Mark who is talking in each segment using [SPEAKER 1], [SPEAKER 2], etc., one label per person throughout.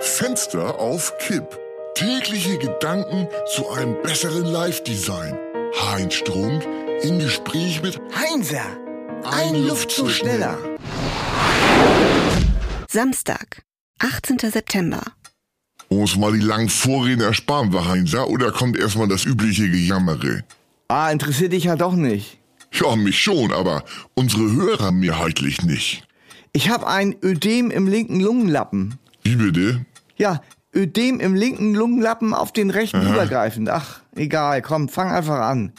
[SPEAKER 1] Fenster auf Kipp. Tägliche Gedanken zu einem besseren Live-Design. Heinz Strunk im Gespräch mit
[SPEAKER 2] Heinser,
[SPEAKER 1] Ein Luftzug schneller.
[SPEAKER 3] Samstag, 18. September.
[SPEAKER 1] Muss mal die langen Vorreden ersparen wir Heinzer oder kommt erstmal das übliche Gejammere?
[SPEAKER 2] Ah, interessiert dich ja doch nicht.
[SPEAKER 1] Ja, mich schon, aber unsere Hörer mehrheitlich nicht.
[SPEAKER 2] Ich habe ein Ödem im linken Lungenlappen.
[SPEAKER 1] Wie bitte?
[SPEAKER 2] Ja, Ödem im linken Lungenlappen auf den rechten übergreifend. Ach, egal, komm, fang einfach an.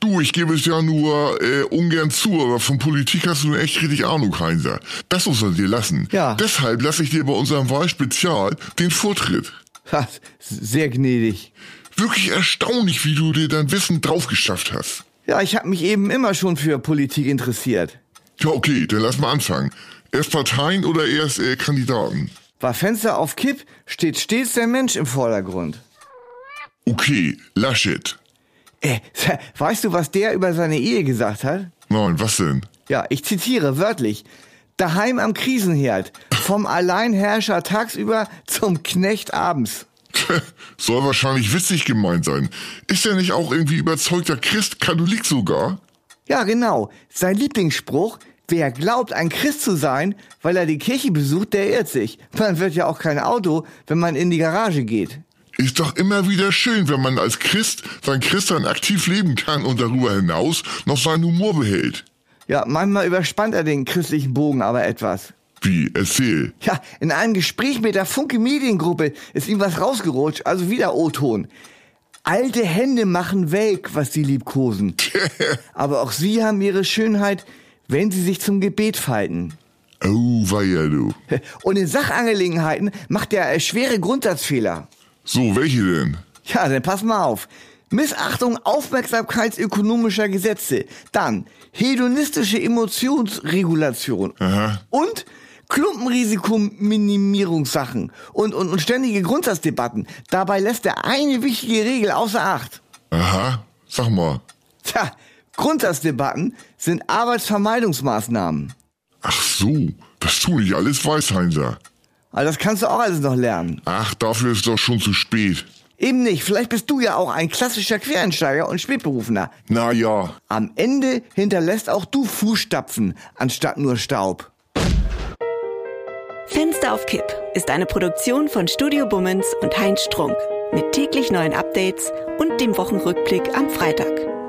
[SPEAKER 1] Du, ich gebe es ja nur äh, ungern zu, aber von Politik hast du nun echt richtig Ahnung, Heinzer. Das muss man dir lassen.
[SPEAKER 2] Ja.
[SPEAKER 1] Deshalb lasse ich dir bei unserem Wahlspezial den Vortritt.
[SPEAKER 2] Ha, sehr gnädig.
[SPEAKER 1] Wirklich erstaunlich, wie du dir dein Wissen draufgeschafft hast.
[SPEAKER 2] Ja, ich habe mich eben immer schon für Politik interessiert.
[SPEAKER 1] Ja, okay, dann lass mal anfangen. Erst Parteien oder erst äh, Kandidaten?
[SPEAKER 2] Bei Fenster auf Kipp steht stets der Mensch im Vordergrund.
[SPEAKER 1] Okay, Laschet.
[SPEAKER 2] Äh, weißt du, was der über seine Ehe gesagt hat?
[SPEAKER 1] Nein, was denn?
[SPEAKER 2] Ja, ich zitiere wörtlich. Daheim am Krisenherd. Vom Alleinherrscher tagsüber zum Knecht abends.
[SPEAKER 1] Soll wahrscheinlich witzig gemeint sein. Ist er nicht auch irgendwie überzeugter Christ, Katholik sogar?
[SPEAKER 2] Ja, genau. Sein Lieblingsspruch, wer glaubt, ein Christ zu sein, weil er die Kirche besucht, der irrt sich. Man wird ja auch kein Auto, wenn man in die Garage geht.
[SPEAKER 1] Ist doch immer wieder schön, wenn man als Christ sein Christsein aktiv leben kann und darüber hinaus noch seinen Humor behält.
[SPEAKER 2] Ja, manchmal überspannt er den christlichen Bogen aber etwas.
[SPEAKER 1] Wie? Erzähl.
[SPEAKER 2] Ja, in einem Gespräch mit der Funke Mediengruppe ist ihm was rausgerutscht, also wieder O-Ton. Alte Hände machen welk, was sie liebkosen. Aber auch sie haben ihre Schönheit, wenn sie sich zum Gebet falten.
[SPEAKER 1] Oh, weia du.
[SPEAKER 2] Und in Sachangelegenheiten macht er äh, schwere Grundsatzfehler.
[SPEAKER 1] So, welche denn?
[SPEAKER 2] Ja, dann pass mal auf. Missachtung aufmerksamkeitsökonomischer Gesetze. Dann hedonistische Emotionsregulation.
[SPEAKER 1] Aha.
[SPEAKER 2] Und Klumpenrisikominimierungssachen. Und, und, und ständige Grundsatzdebatten. Dabei lässt er eine wichtige Regel außer Acht.
[SPEAKER 1] Aha, sag mal.
[SPEAKER 2] Tja, Grundsatzdebatten sind Arbeitsvermeidungsmaßnahmen.
[SPEAKER 1] Ach so, das tue ich alles weiß, Heinzer.
[SPEAKER 2] Also das kannst du auch alles noch lernen.
[SPEAKER 1] Ach, dafür ist doch schon zu spät.
[SPEAKER 2] Eben nicht. Vielleicht bist du ja auch ein klassischer Quereinsteiger und Spätberufener.
[SPEAKER 1] Na ja.
[SPEAKER 2] Am Ende hinterlässt auch du Fußstapfen anstatt nur Staub.
[SPEAKER 3] Fenster auf Kipp ist eine Produktion von Studio Bummens und Heinz Strunk. Mit täglich neuen Updates und dem Wochenrückblick am Freitag.